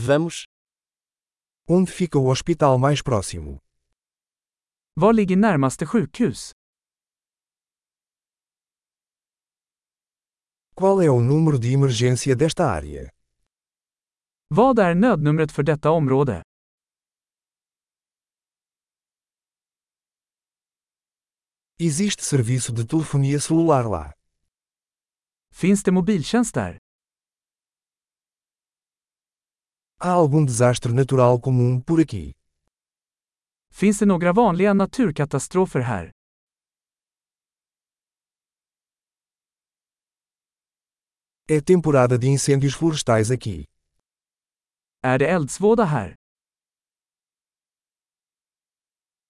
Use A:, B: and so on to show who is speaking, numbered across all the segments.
A: Vamos.
B: Onde fica o hospital mais próximo?
C: Var ligger närmaste sjukhus?
B: Qual é o número de emergência desta área?
C: Vad är nödnumret för detta område?
B: Existe serviço de telefonia celular lá.
C: Finns det mobiltjänst där?
B: Há algum desastre natural comum por aqui?
C: Finns det några vanliga naturkatastrofer här?
B: É temporada de incêndios florestais aqui.
C: Är det eldsvåda här?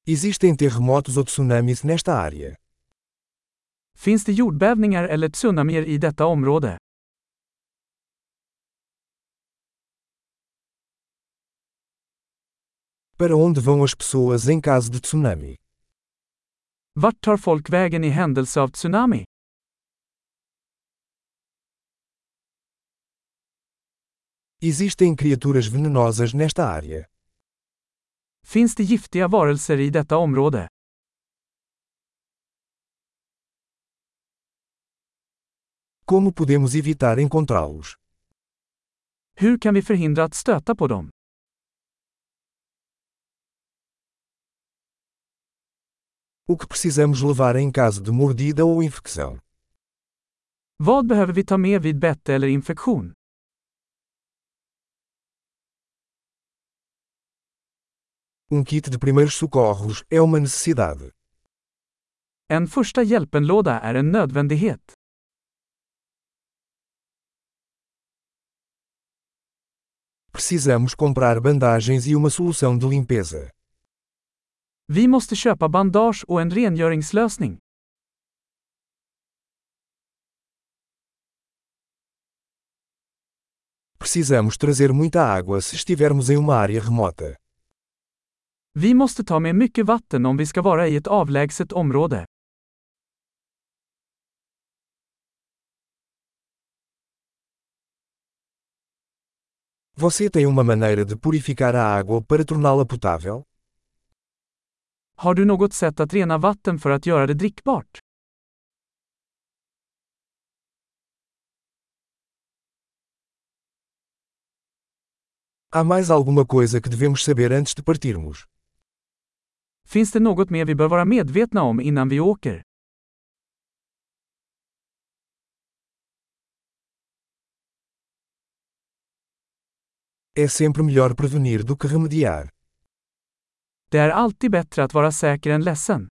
B: Existem terremotos ou tsunamis nesta área.
C: Finns det jordbävningar eller tsunamier i detta område?
B: Para onde vão as pessoas em caso de tsunami?
C: Vart tar folk vägen i händelse av tsunami?
B: Existem criaturas venenosas nesta área.
C: Finns det giftiga varelser i detta område?
B: Como podemos evitar encontrá-los?
C: Hur kan vi förhindra att stöta på dem?
B: O que precisamos levar em caso de mordida ou infecção?
C: Vad behöver vi ta med vid bett eller infektion?
B: Um kit de primeiros socorros é uma necessidade.
C: En första hjälpenlåda är en nödvändighet.
B: Precisamos comprar bandagens e uma solução de limpeza.
C: Vi måste köpa bandage och en rengöringslösning.
B: Precisamos trazer muita água se estivermos em uma área remota.
C: Vi måste ta med mycket vatten om vi ska vara i ett avlägset område.
B: Você tem uma maneira de purificar a água para torná-la potável?
C: Har du något sätt att rena vatten för att göra det drickbart?
B: Há mais alguma coisa que devemos saber antes de partirmos?
C: Finns det något mer vi bör vara medvetna om innan vi åker?
B: É sempre melhor prevenir do que remediar.
C: Det är alltid bättre att vara säker än ledsen.